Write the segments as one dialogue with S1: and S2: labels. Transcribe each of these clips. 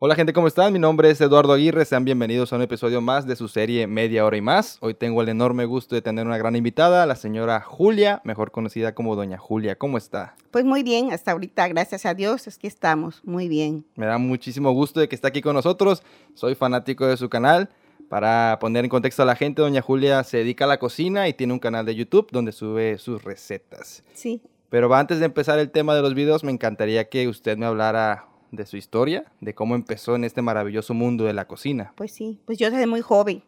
S1: Hola gente, ¿cómo están? Mi nombre es Eduardo Aguirre, sean bienvenidos a un episodio más de su serie Media Hora y Más. Hoy tengo el enorme gusto de tener una gran invitada, la señora Julia, mejor conocida como Doña Julia. ¿Cómo está?
S2: Pues muy bien, hasta ahorita, gracias a Dios, aquí estamos, muy bien.
S1: Me da muchísimo gusto de que esté aquí con nosotros, soy fanático de su canal. Para poner en contexto a la gente, Doña Julia se dedica a la cocina y tiene un canal de YouTube donde sube sus recetas.
S2: Sí,
S1: Pero antes de empezar el tema de los videos, me encantaría que usted me hablara de su historia, de cómo empezó en este maravilloso mundo de la cocina.
S2: pues sí, pues yo desde muy joven,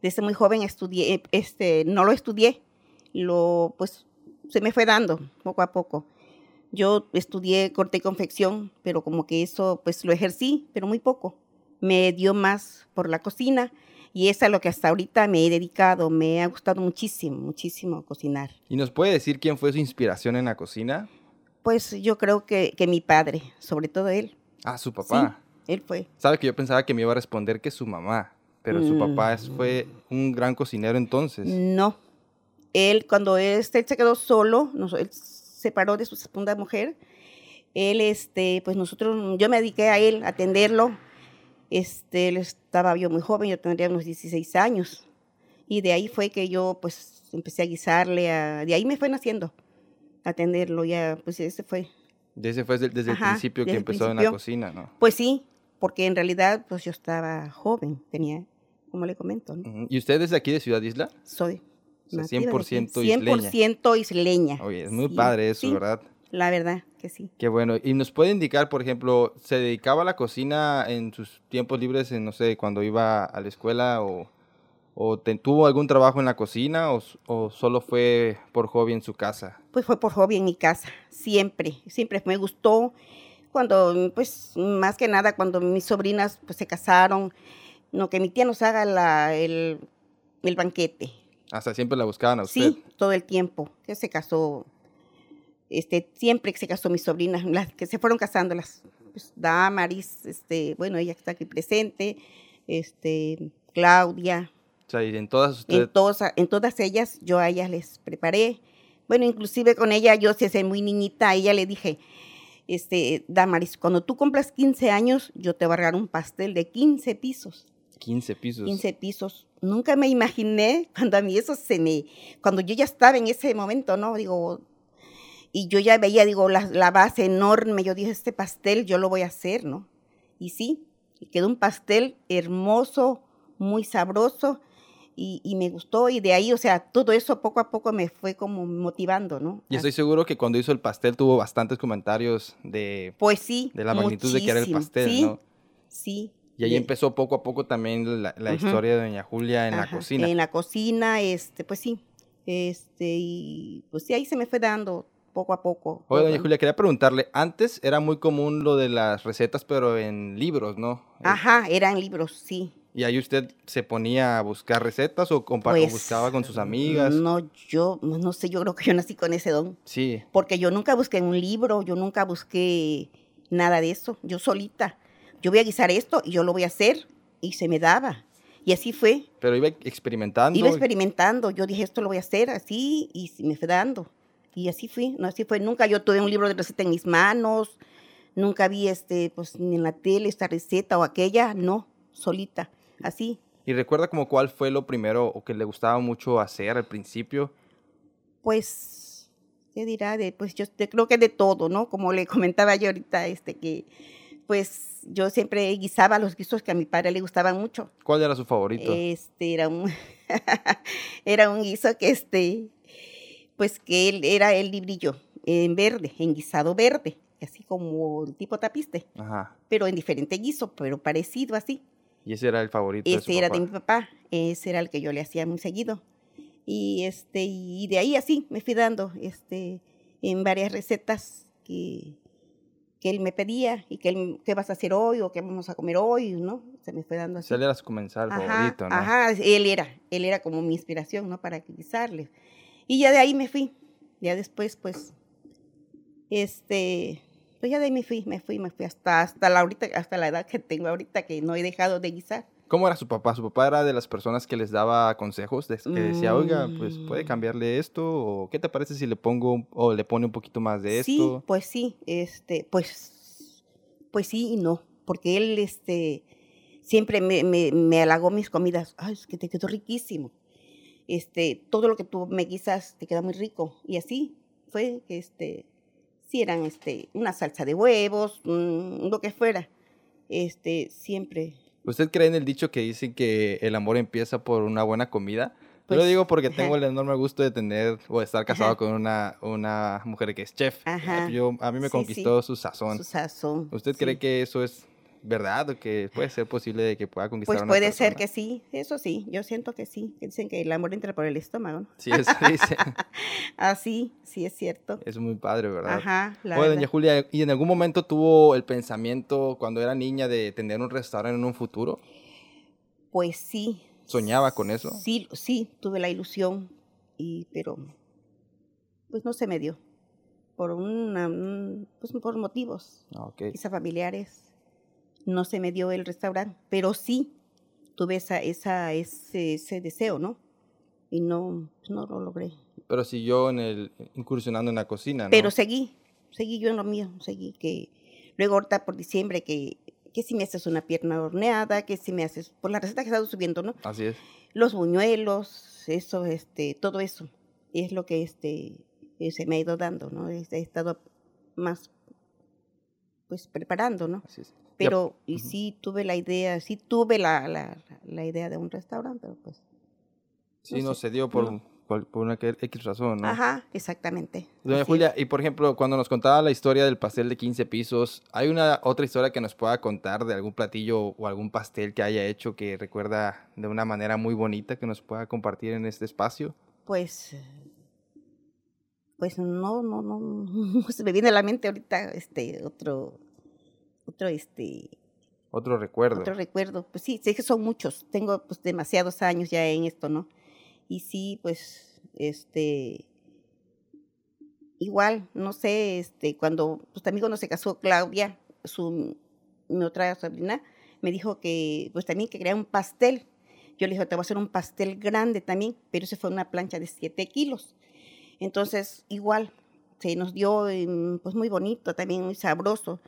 S2: desde muy joven estudié, este, no lo estudié, lo, pues se me fue dando poco a poco. Yo estudié corte y confección, pero como que eso, pues lo ejercí, pero muy poco. Me dio más por la cocina y es a lo que hasta ahorita me he dedicado, me ha gustado muchísimo, muchísimo cocinar.
S1: ¿Y nos puede decir quién fue su inspiración en la cocina?
S2: Pues yo creo que, que mi padre, sobre todo él,
S1: Ah, su papá.
S2: sí, él fue.
S1: Sabe que yo pensaba que me iba a responder que su mamá, pero
S2: Mm.
S1: su papá es- fue un gran cocinero entonces.
S2: No. Él, cuando este, él se quedó solo, nos- él se separó de su segunda mujer, él, este, pues nosotros, yo me dediqué a él, a atenderlo. Este, él estaba yo muy joven, yo tendría unos 16 años. Y de ahí fue que yo, pues, empecé a guisarle, a- de ahí me fue naciendo, a atenderlo, ya, pues, ese fue.
S1: Desde, fue desde, desde el
S2: Ajá,
S1: principio que
S2: desde el
S1: empezó en la
S2: principio.
S1: cocina, ¿no?
S2: Pues sí, porque en realidad, pues, yo estaba joven, tenía, como le comento, ¿no?
S1: Ujú. ¿Y usted es de aquí de Ciudad Isla?
S2: Soy.
S1: O sea,
S2: nativa de aquí,
S1: 100% isleña.
S2: 100% isleña.
S1: Oye, es muy
S2: Sí,
S1: padre eso,
S2: sí,
S1: ¿verdad?
S2: La verdad que sí.
S1: Qué bueno. ¿Y nos puede indicar, por ejemplo, se dedicaba a la cocina en sus tiempos libres, en, no sé, cuando iba a la escuela o, o te- tuvo algún trabajo en la cocina o, s- o solo fue por hobby en su casa?
S2: Pues fue por hobby en mi casa, siempre, siempre me gustó. Cuando, pues, más que nada, cuando mis sobrinas pues, se casaron, no, que mi tía nos haga la- el, el banquete.
S1: Hasta siempre la buscaban a usted.
S2: Sí, todo el tiempo que se casó, este, siempre que se casó mis sobrinas, las que se fueron casando, las pues, Damaris, este, bueno, ella que está aquí presente, este, Claudia,
S1: O sea, y en todas usted...
S2: En, todas- en todas ellas yo a ellas les preparé. Bueno, inclusive con ella, yo desde muy niñita, a ella le dije, este, Damaris, cuando tú compras 15 años, yo te voy a regalar un pastel de 15 pisos.
S1: 15 pisos.
S2: 15 pisos. Nunca me imaginé cuando a mí eso se me, cuando yo ya estaba en ese momento, ¿no? Digo, y yo ya veía, digo, la, la base enorme, yo dije, este pastel yo lo voy a hacer, ¿no? Y sí, y quedó un pastel hermoso, muy sabroso, y, y me gustó, y de ahí, o sea, todo eso poco a poco me fue como motivando, ¿no? Ah,
S1: Y estoy seguro que cuando hizo el pastel tuvo bastantes comentarios de,
S2: Pues sí.
S1: de la magnitud de que era el
S2: muchísimo,
S1: pastel,
S2: sí,
S1: ¿no?
S2: Sí.
S1: Y ahí
S2: de-
S1: empezó poco a poco también la, la
S2: Ujú.
S1: historia de Doña Julia en la
S2: Ajá,
S1: cocina.
S2: En la cocina, este, pues sí. Este, y pues sí, ahí se me fue dando poco a poco.
S1: Oye,
S2: todo.
S1: doña Julia, quería preguntarle, antes era muy común lo de las recetas, pero en libros, ¿no? Eh,
S2: Ajá, eran libros, sí.
S1: ¿Y ahí usted se ponía a buscar recetas o, compa- o
S2: Pues,
S1: buscaba con sus amigas?
S2: No, yo, no sé, yo creo que yo nací con ese don.
S1: Sí,
S2: Porque yo nunca busqué un libro, yo nunca busqué nada de eso. Yo solita. Yo voy a guisar esto y yo lo voy a hacer. Y se me daba. Y así fue.
S1: pero iba experimentando.
S2: Iba experimentando. Yo dije, esto lo voy a hacer así y se me fue dando. Y así fui, no, así fue. Nunca yo tuve un libro de receta en mis manos. Nunca vi este, pues, ni en la tele esta receta o aquella. No, solita. Así.
S1: ¿Y recuerda como cuál fue lo primero o que le gustaba mucho hacer al principio?
S2: pues, ¿qué dirá? De, pues yo te- creo que de todo, ¿no? Como le comentaba yo ahorita, este, que pues yo siempre guisaba los guisos que a mi padre le gustaban mucho.
S1: ¿Cuál era su favorito?
S2: Este, era un, era un guiso que este, pues que él era el librillo en verde, en guisado verde, así como el tipo tapiste,
S1: Ajá.
S2: pero en diferente guiso, pero parecido así.
S1: Y ese era el favorito de su
S2: Ese era de mi
S1: papá.
S2: papá, ese era el que yo le hacía muy seguido. Y este y de ahí así me fui dando este en varias recetas que, que él me pedía y que él, qué vas a hacer hoy o qué vamos a comer hoy, ¿no? Se me fue dando así.
S1: Ese era su comensal
S2: ajá,
S1: favorito, ¿no?
S2: ajá, él era, él era como mi inspiración, ¿no? Para guisarle. Y ya de ahí me fui. Ya después pues este pues ya de ahí me fui, me fui, me fui hasta hasta la ahorita hasta la edad que tengo ahorita que no he dejado de guisar.
S1: ¿Cómo era su papá? ¿Su papá era de las personas que les daba consejos? De- que decía, oiga, pues puede
S2: Mm.
S1: cambiarle esto, o ¿qué te parece si le pongo un- o le pone un poquito más de
S2: Sí,
S1: esto?
S2: pues sí, este, pues, pues sí y no. porque él este, siempre me, me, me halagó mis comidas. Ay, es que te quedó riquísimo. Este, todo lo que tú me guisas te queda muy rico. Y así fue que este, si eran este, una salsa de huevos, mmm, lo que fuera. Este, siempre.
S1: ¿Usted cree en el dicho que dice que el amor empieza por una buena comida? Yo lo
S2: Pues,
S1: digo porque
S2: ajá.
S1: tengo el enorme gusto de tener o de estar casado
S2: Ajá.
S1: con una, una mujer que es chef.
S2: Ajá.
S1: Yo, a mí me
S2: Sí,
S1: conquistó su sazón.
S2: Su sazón.
S1: ¿Usted cree
S2: sí.
S1: que eso es verdad o que puede ser posible de que pueda conquistar
S2: Pues
S1: a una
S2: puede ser que
S1: persona?
S2: sí, eso sí, yo siento que sí, que dicen que el amor entra por el estómago, ¿no?
S1: Sí, eso dice.
S2: Así, sí es cierto.
S1: Es muy padre, ¿verdad?
S2: Ajá, la
S1: Oye,
S2: verdad.
S1: doña Julia, ¿y en algún momento tuvo el pensamiento cuando era niña de tener un restaurante en un futuro?
S2: Pues sí.
S1: ¿Soñaba con eso?
S2: Sí, sí, tuve la ilusión, y, pero pues no se me dio, por, una, un- pues, por motivos,
S1: Ah, Ok.
S2: quizá familiares, no se me dio el restaurante, pero sí tuve esa, esa, ese, ese deseo, ¿no? Y no, pues, no lo logré.
S1: Pero siguió en el, incursionando en la cocina, Ah, ¿no?
S2: Pero seguí, seguí yo en lo mío, seguí que luego ahorita por diciembre que, que si me haces una pierna horneada, que si me haces, por la receta que he estado subiendo, ¿no?
S1: Así es.
S2: Los buñuelos, eso, este, todo eso, es lo que este, eh, se me ha ido dando, ¿no? He, he estado más, pues, preparando, ¿no?
S1: así es. Y a-
S2: Pero, y
S1: ujú.
S2: sí tuve la idea, sí tuve la, la, la idea de un restaurante, pero pues,
S1: sí, no,
S2: no
S1: se dio por,
S2: no.
S1: por- por una que- X razón, ¿no?
S2: ajá, exactamente.
S1: Doña
S2: así es.
S1: Julia, y por ejemplo, cuando nos contaba la historia del pastel de 15 pisos, ¿hay una otra historia que nos pueda contar de algún platillo o algún pastel que haya hecho que recuerda de una manera muy bonita que nos pueda compartir en este espacio?
S2: Pues, eh, pues no, no, no, no se me viene a la mente ahorita este otro, otro este,
S1: Otro recuerdo.
S2: otro recuerdo. Pues sí, sé que son muchos. Tengo pues demasiados años ya en esto, ¿no? Y sí, pues, este, igual, no sé, este, cuando, pues también cuando se casó Claudia, su mi otra sobrina, me dijo que, pues también que quería un pastel. Yo le dije, te voy a hacer un pastel grande también, pero ese fue una plancha de 7 kilos. Entonces, igual, se nos dio, em, pues muy bonito, también muy sabroso.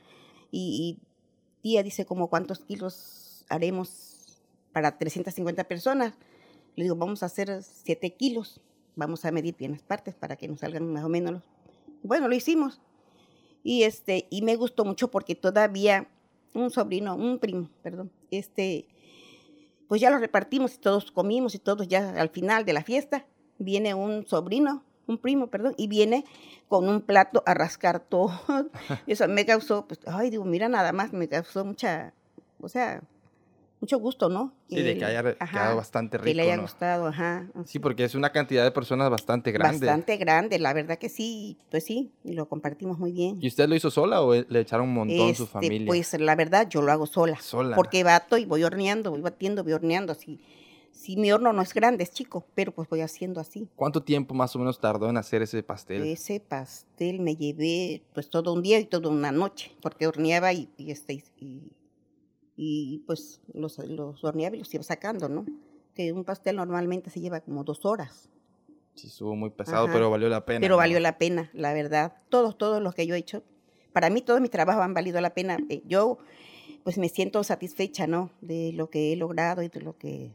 S2: Y, y tía dice, como cuántos kilos haremos para 350 personas. Le digo, vamos a hacer 7 kilos, vamos a medir bien las partes para que nos salgan más o menos los... Bueno, lo hicimos. Y, este, y me gustó mucho porque todavía un sobrino, un primo, perdón, este, pues ya lo repartimos y todos comimos y todos ya al final de la fiesta viene un sobrino, un primo, perdón, y viene con un plato a rascar todo. Eso me causó, pues, ay, digo, mira nada más, me causó mucha, o sea, mucho gusto, ¿no?
S1: Sí, de que haya re-
S2: ajá,
S1: quedado bastante rico,
S2: Que le haya
S1: ¿no?
S2: gustado, ajá.
S1: Sí, porque es una cantidad de personas bastante grande.
S2: Bastante grande, la verdad que sí, pues sí, y lo compartimos muy bien.
S1: ¿Y usted lo hizo sola o eh, le echaron un montón su
S2: Este,
S1: familia?
S2: Pues la verdad, yo lo hago sola.
S1: Sola.
S2: Porque bato y voy horneando, voy batiendo, voy horneando. Si, si mi horno no es grande, es chico, pero pues voy haciendo así.
S1: ¿Cuánto tiempo más o menos tardó en hacer ese pastel?
S2: Ese pastel me llevé pues todo un día y toda una noche, porque horneaba y, y, este, y, y, pues los, los horneaba y los iba sacando, ¿no? Que un pastel normalmente se lleva como dos horas.
S1: Sí, estuvo muy pesado,
S2: Ajá.
S1: pero valió la pena.
S2: Pero
S1: ¿no?
S2: valió la pena, la verdad. Todos, todos los que yo he hecho, para mí todos mis trabajos han valido la pena. Eh, Yo, pues me siento satisfecha, ¿no? De lo que he logrado y de lo que,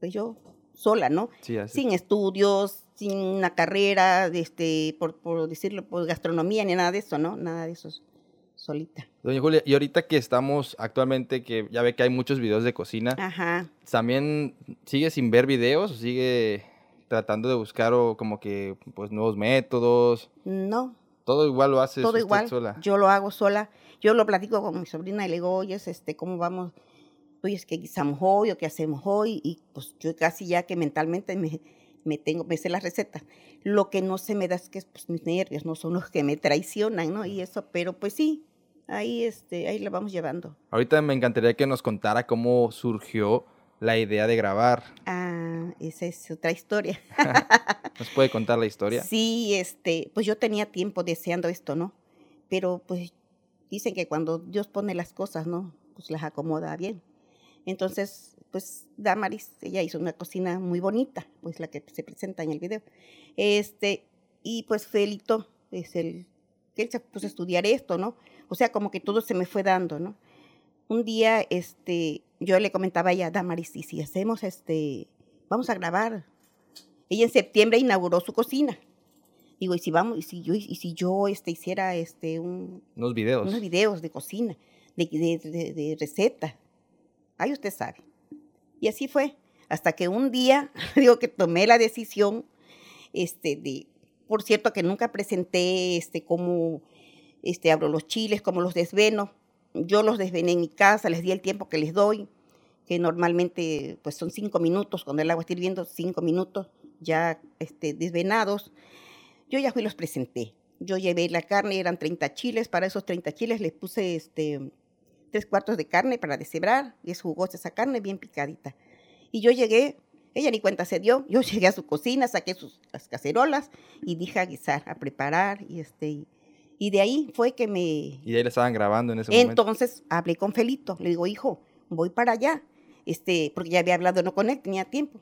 S2: pues yo sola, ¿no?
S1: Sí, así.
S2: Sin estudios, sin una carrera, de este, por, por decirlo, por gastronomía ni nada de eso, ¿no? Nada de eso, solita.
S1: Doña Julia, y ahorita que estamos actualmente, que ya ve que hay muchos videos de cocina,
S2: Ajá.
S1: ¿también sigue sin ver videos o sigue tratando de buscar o como que pues nuevos métodos?
S2: No,
S1: Todo igual lo hace
S2: todo
S1: usted
S2: igual.
S1: sola.
S2: Yo lo hago sola. Yo lo platico con mi sobrina y le digo, oye, este, ¿cómo vamos? Oye, es que guisamos hoy o qué hacemos hoy. Y pues yo casi ya que mentalmente me, me tengo, me sé las recetas. Lo que no se me da es que pues, mis nervios no son los que me traicionan, ¿no? Y eso, pero pues sí, ahí, este, ahí la vamos llevando.
S1: Ahorita me encantaría que nos contara cómo surgió la idea de grabar.
S2: Ah, esa es otra historia.
S1: ¿Nos puede contar la historia?
S2: Sí, este, pues yo tenía tiempo deseando esto, ¿no? Pero pues dicen que cuando Dios pone las cosas, ¿no? Pues las acomoda bien. Entonces, pues Damaris, ella hizo una cocina muy bonita, pues la que se presenta en el video. Este, y pues Felito es el que él se puso a estudiar esto, ¿no? O sea, como que todo se me fue dando, ¿no? un día, este, yo le comentaba a ella, Damaris, y si hacemos, este, vamos a grabar. Ella en septiembre inauguró su cocina. Digo, y si vamos, y si yo, y si yo, este, hiciera, este, un,
S1: Unos videos.
S2: unos videos de cocina, de, de, de- de receta. Ahí usted sabe. Y así fue. Hasta que un día, digo que tomé la decisión, este, de, por cierto, que nunca presenté, este, cómo, este, abro los chiles, cómo los desveno. Yo los desvené en mi casa, les di el tiempo que les doy, que normalmente, pues, son cinco minutos, cuando el agua está hirviendo, cinco minutos ya, este, desvenados. Yo ya fui y los presenté. Yo llevé la carne, eran 30 chiles. Para esos 30 chiles les puse este, tres cuartos de carne para deshebrar. Y es jugosa esa carne, bien picadita. Y yo llegué, ella ni cuenta se dio. Yo llegué a su cocina, saqué sus las cacerolas y dije a guisar, a preparar. Y, este, y, y de ahí fue que me,
S1: Y ahí la estaban grabando en ese momento.
S2: entonces hablé con Felito, le digo, hijo, voy para allá, este, porque ya había hablado no con él, tenía tiempo.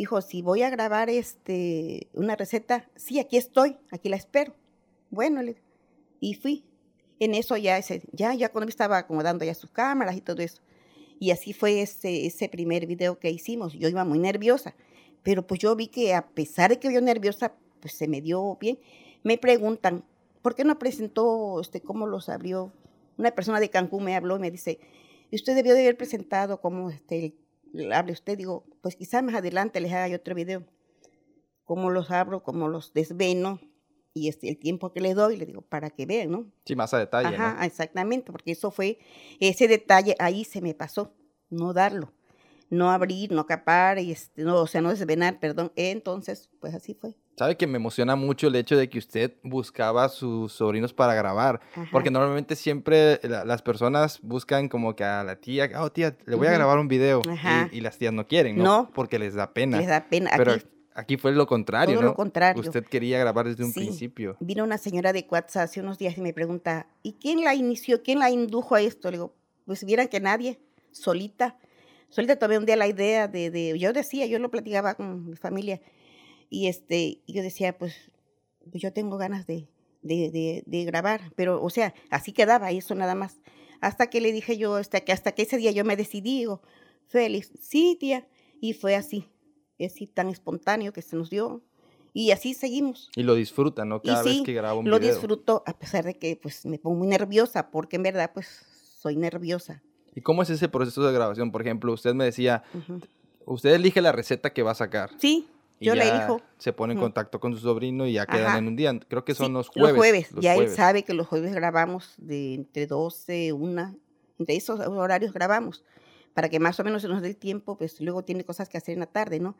S2: Hijo, si voy a grabar este, una receta, sí, aquí estoy, aquí la espero. Bueno, le digo, y fui. En eso ya, ese, ya, ya cuando me estaba acomodando ya sus cámaras y todo eso. Y así fue ese, ese primer video que hicimos. Yo iba muy nerviosa, pero pues yo vi que a pesar de que yo nerviosa, pues se me dio bien. Me preguntan, ¿por qué no presentó, este, cómo los abrió? Una persona de Cancún me habló y me dice, "Y usted debió de haber presentado cómo este, el- hable usted. Digo, pues quizás más adelante les haga yo otro video. Cómo los abro, cómo los desveno y este, el tiempo que les doy, le digo, para que vean, ¿no?
S1: Sí, más a detalle,
S2: Ajá,
S1: ¿no?
S2: ah, exactamente, porque eso fue, ese detalle ahí se me pasó, no darlo, no abrir, no capar, y este, no, o sea, no desvenar, perdón. Entonces, pues así fue.
S1: Sabe que me emociona mucho el hecho de que usted buscaba a sus sobrinos para grabar.
S2: Ajá.
S1: Porque normalmente siempre la- las personas buscan como que a la tía, oh tía, le voy a
S2: Ujú.
S1: grabar un video. Y-
S2: Ajá.
S1: Y, las tías no quieren, ¿no?
S2: No.
S1: Porque les da pena.
S2: les da pena.
S1: Pero
S2: Aquí
S1: aquí, fue lo contrario,
S2: todo
S1: ¿no?
S2: lo contrario.
S1: Usted quería grabar desde un
S2: Sí.
S1: principio.
S2: Vino una señora de Cuatza hace unos días y me pregunta, ¿y quién la inició, quién la indujo a esto? Le digo, pues vieran que nadie, solita. Solita tomé un día la idea de, de- yo decía, yo lo platicaba con mi familia, y este, y yo decía, pues yo tengo ganas de, de, de- de grabar, pero, o sea, así quedaba eso nada más. Hasta que le dije yo, hasta que, hasta que ese día yo me decidí, digo, Félix, sí, tía, y fue así, así tan espontáneo que se nos dio, y así seguimos
S1: Y lo disfruta, ¿no? Cada vez
S2: sí,
S1: que graba un
S2: lo
S1: video.
S2: disfruto a pesar de que pues me pongo muy nerviosa porque en verdad pues soy nerviosa
S1: ¿Y cómo es ese proceso de grabación? Por ejemplo, usted me decía,
S2: Ujú.
S1: usted elige la receta que va a sacar.
S2: sí
S1: Y
S2: yo le
S1: ya
S2: elijo
S1: Se pone en
S2: Ujú.
S1: contacto con su sobrino y ya quedan
S2: Ajá.
S1: en un día. Creo que son
S2: Sí,
S1: los jueves. los
S2: ya
S1: jueves.
S2: él sabe que los jueves grabamos de entre 12 una entre esos horarios grabamos para que más o menos se nos dé el tiempo pues luego tiene cosas que hacer en la tarde no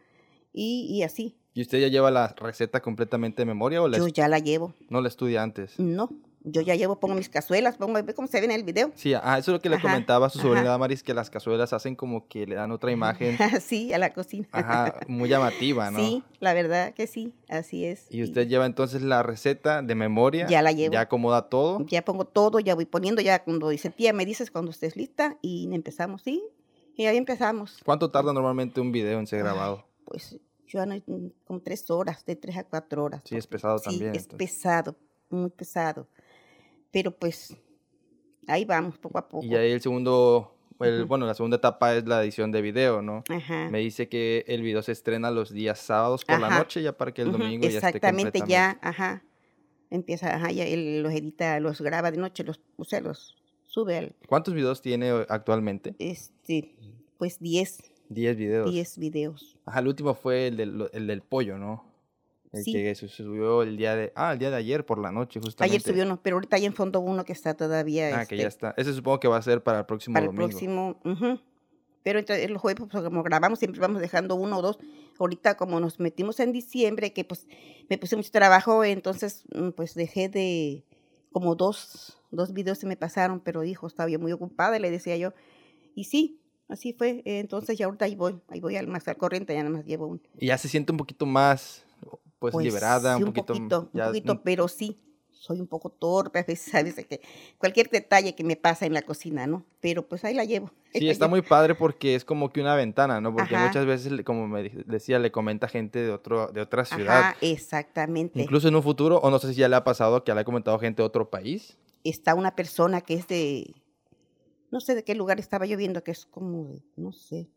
S2: y, y así
S1: ¿Y usted ya lleva la receta completamente de memoria o la
S2: yo Mm.
S1: es-
S2: ya la llevo
S1: no la estudia antes?
S2: no yo ya llevo pongo mis cazuelas pongo ve cómo se ve en el video
S1: Sí, ah, eso es lo que le
S2: Ajá,
S1: comentaba a su sobrina
S2: ajá.
S1: Damaris, que las cazuelas hacen como que le dan otra imagen
S2: sí a la cocina
S1: ajá, muy llamativa, ¿no?
S2: sí la verdad que sí así es
S1: Y usted lleva entonces la receta de memoria.
S2: Ya la llevo.
S1: Ya acomoda todo.
S2: ya pongo todo, ya voy poniendo, ya cuando dice tía, me dices cuando estés lista y empezamos, ¿sí? Y ahí empezamos.
S1: ¿Cuánto tarda normalmente un video en ser grabado?
S2: Pues yo ando en- como tres horas, de tres a cuatro horas.
S1: Sí,
S2: porque
S1: es pesado
S2: sí,
S1: también.
S2: es
S1: entonces.
S2: pesado, muy pesado. Pero pues ahí vamos, poco a poco.
S1: Y ahí el segundo, el,
S2: Ujú.
S1: bueno, la segunda etapa es la edición de video, ¿no?
S2: Ajá.
S1: Me dice que el video se estrena los días sábados por la
S2: Ajá.
S1: noche, ya para que el
S2: Ujú,
S1: domingo ya esté
S2: Exactamente,
S1: completamente.
S2: ya, ajá. Empieza, ajá, ya él los edita, los graba de noche, los, o sea, los sube al,
S1: ¿Cuántos videos tiene eh, actualmente?
S2: este, pues 10,
S1: 10 videos.
S2: 10 videos.
S1: Ajá, el último fue el del, el del pollo, ¿no? El
S2: Sí.
S1: que se subió el día de. Ah, el día de ayer por la noche, justamente.
S2: Ayer subió uno, pero ahorita hay en fondo uno que está todavía
S1: Ah, que ya
S2: este,
S1: está. Ese supongo que va a ser para el próximo
S2: para el
S1: domingo.
S2: próximo. ujú. Pero entre los jueves, pues, como grabamos, siempre vamos dejando uno o dos. Ahorita, como nos metimos en diciembre, que pues me puse mucho trabajo, entonces mm, pues dejé de como dos, dos videos se me pasaron, pero hijo, estaba yo muy ocupada y le decía yo. Y sí, así fue. eh, Entonces ya ahorita ahí voy, ahí voy al más al corriente, ya nada más llevo uno.
S1: Y ya se siente un poquito más, pues, liberada,
S2: sí,
S1: un poquito.
S2: poquito, un
S1: ya- mm.
S2: poquito, pero sí, soy un poco torpe a veces, a veces que cualquier detalle que me pasa en la cocina, ¿no? Pero pues ahí la llevo. ahí
S1: Sí,
S2: la
S1: está
S2: llevo.
S1: muy padre porque es como que una ventana, ¿no? Porque
S2: Ajá.
S1: muchas veces, le- como me de- decía, le comenta gente de, otro, de otra ciudad.
S2: Ajá, exactamente.
S1: Incluso en un futuro, o no sé si ya le ha pasado que ya le ha comentado gente de otro país.
S2: Está una persona que es de no sé de qué lugar estaba yo viendo, que es como, de, no sé,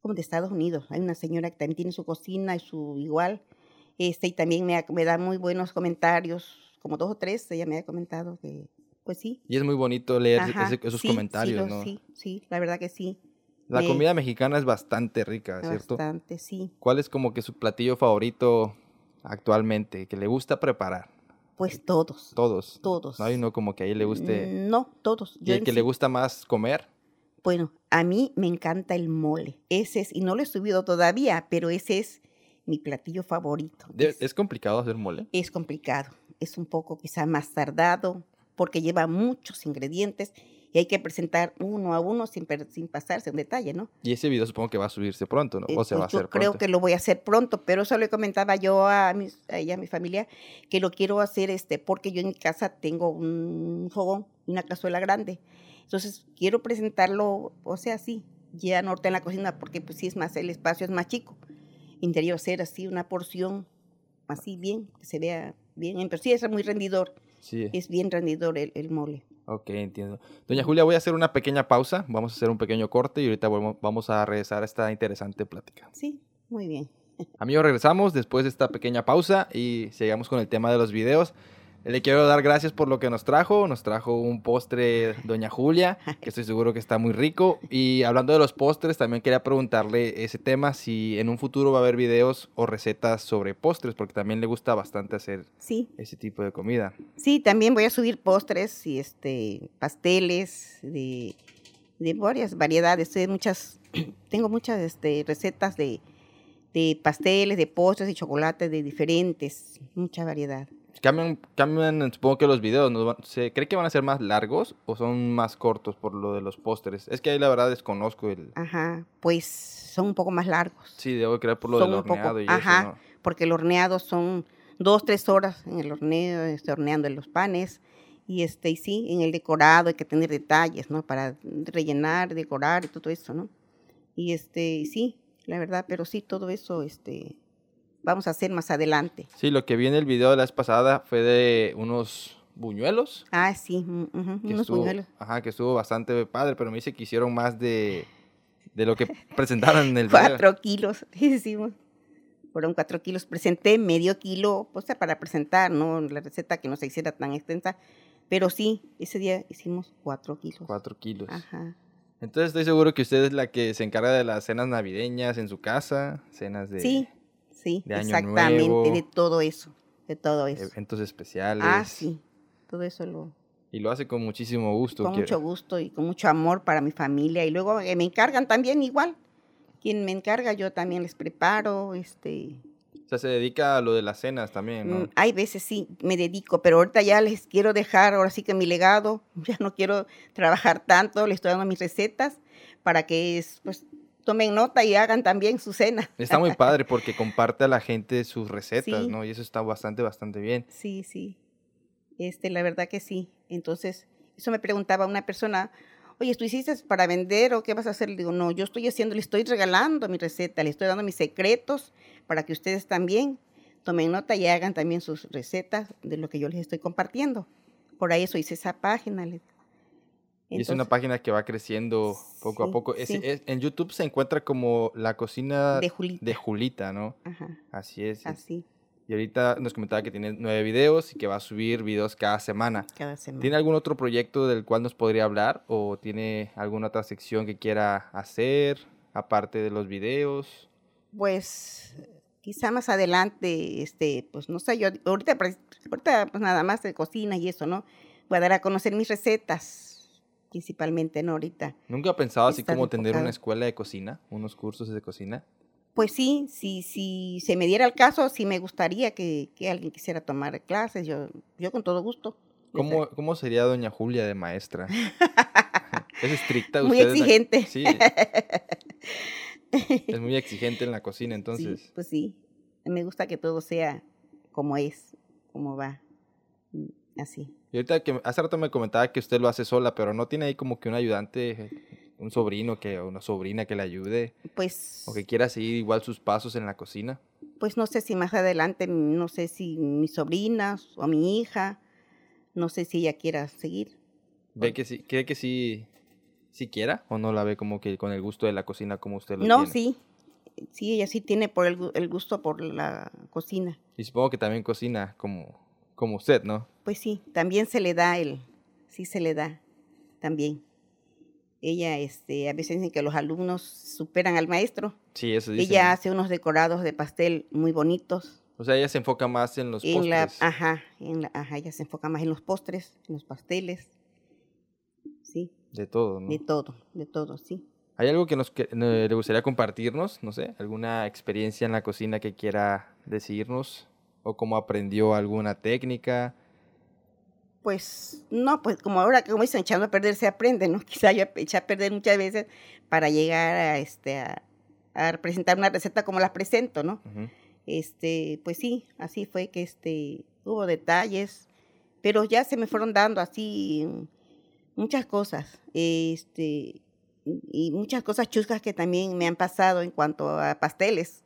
S2: como de Estados Unidos. Hay una señora que también tiene su cocina y su igual, este, y también me, me da muy buenos comentarios, como dos o tres, ella me ha comentado que, pues sí.
S1: Y es muy bonito leer ese- esos
S2: sí,
S1: comentarios,
S2: sí, lo-
S1: ¿no?
S2: Sí, sí, la verdad que sí.
S1: La
S2: Me-
S1: comida mexicana es bastante rica, ¿cierto?
S2: Bastante, sí.
S1: ¿Cuál es como que su platillo favorito actualmente que le gusta preparar?
S2: Pues todos.
S1: Todos.
S2: Todos.
S1: No hay uno como que ahí le guste.
S2: Mm, No, todos.
S1: ¿Y el
S2: en
S1: que le
S2: sí-
S1: gusta más comer?
S2: Bueno, a mí me encanta el mole. Ese es, y no lo he subido todavía, pero ese es mi platillo favorito.
S1: De-
S2: es,
S1: ¿Es complicado hacer mole?
S2: es complicado, es un poco quizá más tardado, porque lleva muchos ingredientes y hay que presentar uno a uno sin, per- sin pasarse un detalle, ¿no?
S1: Y ese video supongo que va a subirse pronto, ¿no?
S2: Eh,
S1: O se
S2: pues
S1: va a
S2: yo
S1: hacer
S2: creo
S1: pronto.
S2: que lo voy a hacer pronto, pero eso le comentaba yo a, mis, a ella, a mi familia, que lo quiero hacer este, porque yo en mi casa tengo un fogón, una cazuela grande. Entonces quiero presentarlo, o sea, así, ya norte en la cocina, porque pues sí es más, el espacio es más chico. Interior hacer así una porción, así bien, que se vea bien. Pero sí es muy rendidor,
S1: Sí.
S2: es bien rendidor el, el mole.
S1: Ok, entiendo. Doña Julia, voy a hacer una pequeña pausa. Vamos a hacer un pequeño corte y ahorita volvemos- vamos a regresar a esta interesante plática.
S2: Sí, muy bien.
S1: Amigos, regresamos después de esta pequeña pausa y sigamos con el tema de los videos. Le quiero dar gracias por lo que nos trajo. Nos trajo un postre Doña Julia, que estoy seguro que está muy rico. Y hablando de los postres, también quería preguntarle ese tema, si en un futuro va a haber videos o recetas sobre postres, porque también le gusta bastante hacer
S2: Sí,
S1: ese tipo de comida.
S2: Sí, también voy a subir postres y este pasteles de, de varias variedades. Tengo muchas, tengo muchas este, recetas de, de pasteles, de postres y chocolates de diferentes, mucha variedad.
S1: Cambian, cambian, supongo que los videos, ¿no? Van- ¿se cree que van a ser más largos o son más cortos por lo de los pósteres? Es que ahí la verdad desconozco el...
S2: Ajá, pues son un poco más largos
S1: Sí, debo creer por lo
S2: Son
S1: del
S2: un poco-
S1: horneado y eso,
S2: ajá.
S1: ¿no?
S2: porque el horneado son dos, tres horas en el horneo, este, horneando los panes. Y este, y sí, en el decorado hay que tener detalles, ¿no? Para rellenar, decorar y todo eso, ¿no? Y este, y sí, la verdad, pero sí, todo eso, este, vamos a hacer más adelante.
S1: Sí, lo que vi en el video de la vez pasada fue de unos buñuelos.
S2: Ah, sí, mm, ujú,
S1: que
S2: unos
S1: estuvo-
S2: buñuelos.
S1: Ajá, que estuvo bastante padre, pero me dice que hicieron más de, de lo que presentaron en el video.
S2: Cuatro kilos, hicimos. Fueron cuatro kilos. Presenté medio kilo, pues, o sea, para presentar, ¿no? La receta que no se hiciera tan extensa. Pero sí, ese día hicimos cuatro kilos.
S1: Cuatro kilos.
S2: Ajá.
S1: Entonces estoy seguro que usted es la que se encarga de las cenas navideñas en su casa, cenas de
S2: Sí, sí,
S1: este, de Año
S2: exactamente,
S1: Nuevo.
S2: de todo eso, de todo eso.
S1: eventos especiales.
S2: pues. Ah, sí, todo eso lo,
S1: Y lo hace con muchísimo gusto.
S2: con
S1: quiero-
S2: mucho gusto y con mucho amor para mi familia. Y luego eh, me encargan también igual. Quien me encarga, yo también les preparo, este,
S1: O sea, se dedica a lo de las cenas también, ¿no?
S2: Mm, Hay veces sí, me dedico, pero ahorita ya les quiero dejar, ahora sí que mi legado, ya no quiero trabajar tanto, les estoy dando mis recetas para que es, pues tomen nota y hagan también su cena.
S1: Está muy padre porque comparte a la gente sus recetas,
S2: Sí.
S1: ¿no? Y eso está bastante, bastante bien.
S2: Sí, sí. Este, la verdad que sí. Entonces, eso me preguntaba una persona, oye, ¿tú hiciste para vender o qué vas a hacer? Le digo, no, yo estoy haciendo, le estoy regalando mi receta, le estoy dando mis secretos para que ustedes también tomen nota y hagan también sus recetas de lo que yo les estoy compartiendo. Por ahí eso hice esa página. le digo.
S1: y es una
S2: Entonces,
S1: página que va creciendo poco a
S2: Sí,
S1: poco. Es-
S2: sí.
S1: es- en YouTube se encuentra como la cocina
S2: de Julita.
S1: de Julita, ¿no?
S2: Ajá,
S1: Así es. es-
S2: así,
S1: Y ahorita nos comentaba que tiene nueve videos y que va a subir videos cada semana.
S2: cada semana.
S1: ¿Tiene algún otro proyecto del cual nos podría hablar? ¿O tiene alguna otra sección que quiera hacer, aparte de los videos?
S2: Pues quizá más adelante, este, pues no sé, yo ahorita, pre- ahorita, pues nada más de cocina y eso, ¿no? Voy a dar a conocer mis recetas, principalmente, ¿no? Ahorita.
S1: ¿Nunca ha pensado así
S2: Estar
S1: como tener una
S2: enfocado.
S1: escuela de cocina? ¿Unos cursos de cocina?
S2: Pues sí, si si se me diera el caso, sí me gustaría que, que alguien quisiera tomar clases, yo, yo con todo gusto.
S1: ¿Cómo, cómo sería Doña Julia de maestra? ¿Es estricta?
S2: Muy
S1: ¿Usted es la-
S2: exigente.
S1: Sí. Es muy exigente en la cocina, E-, entonces.
S2: Sí, pues sí, me gusta que todo sea como es, como va, mm, así.
S1: Y ahorita que hace rato me comentaba que usted lo hace sola, pero no tiene ahí como que un ayudante, un sobrino que, o una sobrina que le ayude,
S2: Pues...
S1: o que quiera seguir igual sus pasos en la cocina.
S2: pues no sé si más adelante, no sé si mis sobrinas o mi hija, no sé si ella quiera seguir.
S1: Ve que sí, cree que sí siquiera o no la ve como que con el gusto de la cocina como usted lo
S2: no,
S1: tiene?
S2: sí. Sí, ella sí tiene por el, gu- el gusto por la cocina.
S1: Y supongo que también cocina como, como usted, ¿no?
S2: Pues sí, también se le da el, sí se le da, también. Ella, este, a veces dicen que los alumnos superan al maestro.
S1: Sí, eso dice.
S2: Ella hace unos decorados de pastel muy bonitos.
S1: O sea, ella se enfoca más en los
S2: En la, ah,
S1: postres.
S2: ajá, en la, ajá, ella se enfoca más en los postres, en los pasteles. Sí,
S1: De todo, ¿no?
S2: de todo, de todo, sí.
S1: ¿Hay algo que nos que- eh, le gustaría compartirnos? No sé, alguna experiencia en la cocina que quiera decirnos o cómo aprendió alguna técnica.
S2: Pues no, pues como ahora, como dicen, echando a perder se aprende, ¿no? Quizá yo eché a perder muchas veces para llegar a, este, a, a presentar una receta como la presento, ¿no?
S1: Ujú.
S2: Este, pues sí, así fue que este, hubo detalles, pero ya se me fueron dando así muchas cosas, este, y muchas cosas chuscas que también me han pasado en cuanto a pasteles.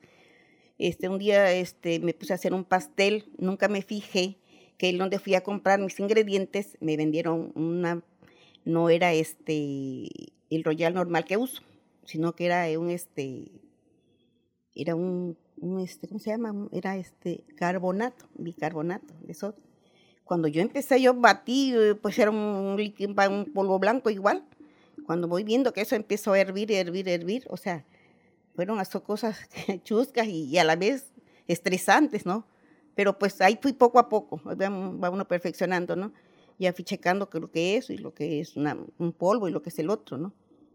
S2: Este, un día este, me puse a hacer un pastel, nunca me fijé que el donde fui a comprar mis ingredientes me vendieron una, no era este, el royal normal que uso, sino que era un este, era un, un, este, ¿cómo se llama? Un- Era este carbonato, bicarbonato de sodio. Cuando yo empecé, yo batí, eh, pues era un, un líqui- pa- un polvo blanco igual. Cuando voy viendo que eso empezó a hervir, hervir, hervir, o sea, fueron las dos cosas chuscas y, y a la vez estresantes, ¿no? Pero pues ahí fui poco a poco, ahí va un- va uno perfeccionando, ¿no? Ya fui checando que lo que es y lo que es una- un polvo y lo que es el otro, ¿no?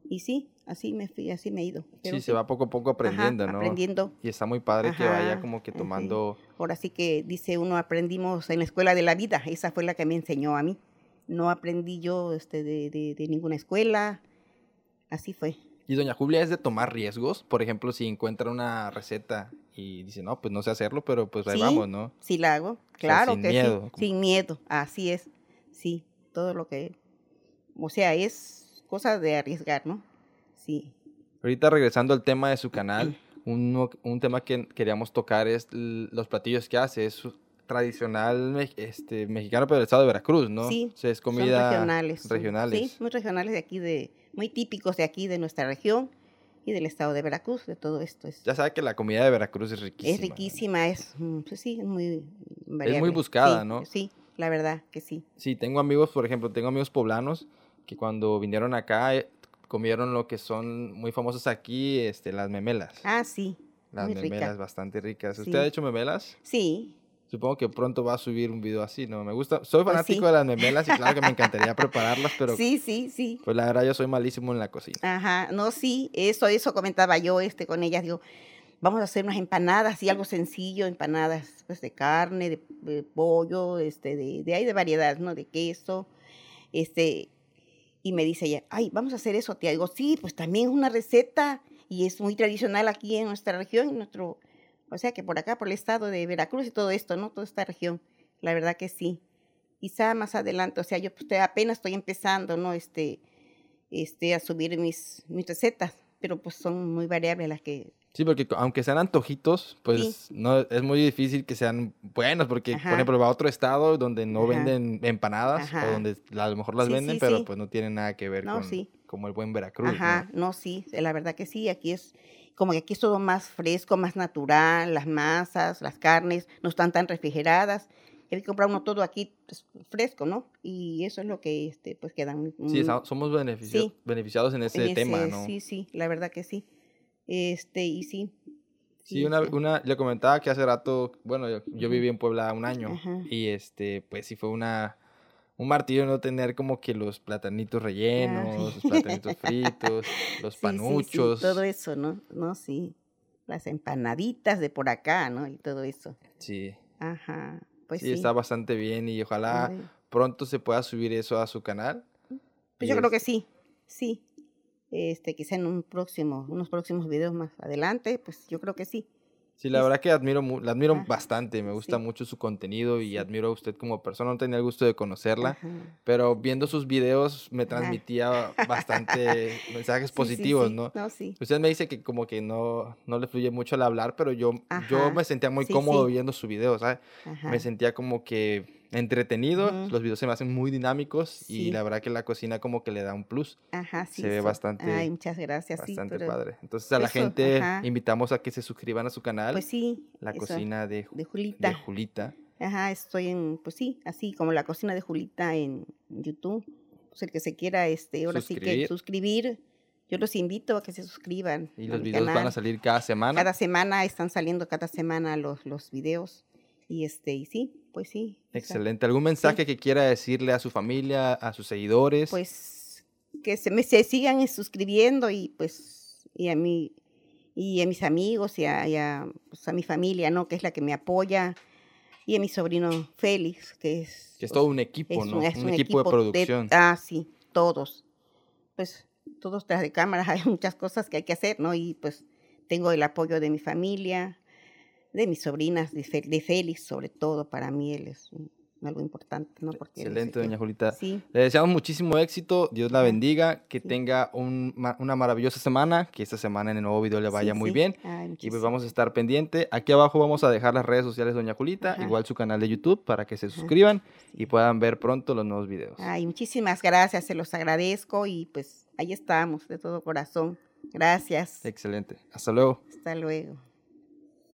S2: Y sí, así me fui, así me he ido. Pero
S1: Sí, se va poco a poco
S2: Ajá,
S1: aprendiendo, ¿no?
S2: Aprendiendo.
S1: Y está muy padre que vaya
S2: Ajá, eh,
S1: como que
S2: ajá.
S1: tomando
S2: Ahora sí que dice uno aprendimos en la escuela de la vida. Esa fue la que me enseñó a mí. No aprendí yo este, de, de- de ninguna escuela. Así fue.
S1: Y doña Julia es de tomar riesgos. Por ejemplo, si encuentra una receta y dice, no, pues no sé hacerlo, pero pues ahí
S2: Sí.
S1: vamos, ¿no?
S2: Sí la hago. Claro
S1: sin
S2: que
S1: miedo,
S2: sí.
S1: como-
S2: Sin miedo. Así es. Sí. Todo lo que. O sea, es cosa de arriesgar, ¿no? Sí.
S1: Ahorita regresando al tema de su canal, uno- un tema que queríamos tocar es l- los platillos que hace. Es su- tradicional me- este, mexicano, pero del estado de Veracruz, ¿no?
S2: Sí,
S1: O sea, es
S2: Son
S1: comida
S2: regionales. son-
S1: regionales.
S2: Sí, muy regionales de aquí, de, muy típicos de aquí, de nuestra región y del estado de Veracruz, de todo esto. Es,
S1: Ya sabe que la comida de Veracruz es riquísima.
S2: Es riquísima, es, mm, pues sí, es muy
S1: Es muy
S2: variable.
S1: buscada,
S2: Sí,
S1: ¿no?
S2: Sí, la verdad que sí.
S1: Sí, tengo amigos, por ejemplo, tengo amigos poblanos que cuando vinieron acá eh, comieron lo que son muy famosas aquí, este, las memelas.
S2: Ah, sí,
S1: Las
S2: muy
S1: memelas
S2: rica.
S1: bastante ricas. ¿Usted
S2: Sí.
S1: ha hecho memelas?
S2: Sí,
S1: Supongo que pronto va a subir un video así, ¿no? Me gusta. Soy
S2: Pues
S1: fanático
S2: sí.
S1: de las memelas y claro que me encantaría prepararlas, pero
S2: sí, Ah. sí, sí.
S1: pues la verdad yo soy malísimo en la cocina.
S2: Ajá, no, sí, eso, eso comentaba yo este, con ellas, digo, vamos a hacer unas empanadas, sí, algo sencillo, empanadas pues, de carne, de, de pollo, este, de, de, hay de variedad, ¿no? De queso, este, y me dice ella, ay, vamos a hacer eso, tía, digo, sí, pues también es una receta y es muy tradicional aquí en nuestra región, en nuestro, o sea, que por acá, por el estado de Veracruz y todo esto, ¿no? Toda esta región, la verdad que sí. Quizá más adelante, o sea, yo pues, te- apenas estoy empezando, ¿no? Este, este, a subir mis, mis recetas, pero pues son muy variables las que...
S1: Sí, porque co- aunque sean antojitos, pues no es muy difícil que sean buenos, porque
S2: Ajá.
S1: por ejemplo va a otro estado donde no
S2: Ajá.
S1: venden empanadas o
S2: Ajá.
S1: donde la- a lo mejor las
S2: Sí,
S1: venden,
S2: sí,
S1: pero
S2: sí.
S1: pues no tienen nada que ver
S2: No,
S1: con
S2: sí.
S1: como el buen Veracruz. ¿no?
S2: Ajá, no, sí, la verdad que sí, aquí es como que aquí es todo más fresco, más natural, las masas, las carnes no están tan refrigeradas. Hay que comprar uno todo aquí pues, fresco, ¿no? Y eso es lo que este, pues queda muy...
S1: Sí,
S2: muy-
S1: esa- somos beneficio-
S2: Sí.
S1: beneficiados en ese,
S2: en
S1: tema,
S2: ese-
S1: ¿no?
S2: Sí, sí, la verdad que sí. Este, y sí.
S1: Sí, una, una, le comentaba que hace rato, bueno, yo, yo viví en Puebla un año
S2: Ajá.
S1: y este, pues sí fue una, un martillo no tener como que los platanitos rellenos, los platanitos fritos, los
S2: sí, sí, sí,
S1: panuchos. Sí,
S2: todo eso, ¿no? No, sí. Las empanaditas de por acá, ¿no? Y todo eso.
S1: sí,
S2: Ajá, pues sí.
S1: está bastante bien y ojalá
S2: Ay.
S1: pronto se pueda subir eso a su canal.
S2: Pues
S1: Y
S2: yo creo que
S1: es-
S2: sí, sí. Este, quizá en un próximo, unos próximos videos más adelante, pues yo creo que sí.
S1: Sí, la
S2: es-
S1: verdad que admiro, mu- la admiro
S2: Ajá,
S1: bastante, me gusta
S2: sí.
S1: mucho su contenido y
S2: Sí. Ah.
S1: admiro a usted como persona, no tenía el gusto de conocerla.
S2: Ajá.
S1: pero viendo sus videos me
S2: Ajá.
S1: transmitía bastante mensajes
S2: Ah. Sí, sí,
S1: positivos,
S2: sí.
S1: ¿no?
S2: sí.
S1: Usted me dice que como que no, no le fluye mucho el hablar, pero yo, yo
S2: Ajá.
S1: me sentía muy
S2: Sí,
S1: cómodo
S2: sí.
S1: viendo sus videos, ¿sabes?
S2: Ajá.
S1: Me sentía como que entretenido.
S2: Ujú.
S1: Los videos se me hacen muy dinámicos
S2: Sí.
S1: y la verdad que la cocina como que le da un plus.
S2: Ajá, sí.
S1: Se ve
S2: sí.
S1: bastante-
S2: Ay, muchas gracias. sí,
S1: Bastante
S2: pero-
S1: padre. Entonces a la
S2: eso,
S1: gente
S2: ajá.
S1: invitamos a que se suscriban a su canal,
S2: Pues sí.
S1: La
S2: eso,
S1: Cocina de, Ju-
S2: De
S1: de
S2: Julita.
S1: Julita.
S2: Ajá, estoy en, pues sí, así como la cocina de Julita en YouTube. Pues el que se quiera, este, ahora sí
S1: Suscribir.
S2: que suscribir. Yo los invito a que se suscriban.
S1: Y
S2: a
S1: los
S2: mi
S1: videos van
S2: canal.
S1: a salir cada semana.
S2: Cada semana están saliendo cada semana los, los videos. Y este, y sí, pues sí. o sea,
S1: Excelente. ¿Algún mensaje que quiera decirle a su familia, a sus seguidores?
S2: Pues que se me se sigan suscribiendo y pues, y a mí, y a mis amigos y a, y a, pues, a mi familia, ¿no? Que es la que me apoya. Y a mi sobrino Félix, que es.
S1: que es
S2: o
S1: todo un equipo,
S2: pues, Es
S1: ¿no?
S2: es
S1: un, equipo, de producción.
S2: ah, sí, todos. Pues todos tras de cámaras hay muchas cosas que hay que hacer, ¿no? Y pues tengo el apoyo de mi familia, de mis sobrinas, de, Fe- de Félix, sobre todo, para mí él es un- algo importante, ¿no? Porque él es el
S1: Excelente,
S2: que-
S1: doña Julita.
S2: Sí,
S1: Le deseamos muchísimo éxito, Dios la bendiga, que
S2: Sí.
S1: tenga un ma- una maravillosa semana, que esta semana en el nuevo video le vaya
S2: sí,
S1: muy
S2: sí.
S1: bien.
S2: Ay,
S1: Y pues
S2: muchísimas-
S1: vamos a estar pendiente. Aquí abajo vamos a dejar las redes sociales de Doña Julita,
S2: Ajá.
S1: igual su canal de YouTube para que se suscriban y pues,
S2: sí.
S1: puedan ver pronto los nuevos videos.
S2: Ay, muchísimas gracias, se los agradezco y pues ahí estamos, de todo corazón. Gracias.
S1: Excelente. Hasta luego.
S2: Hasta luego.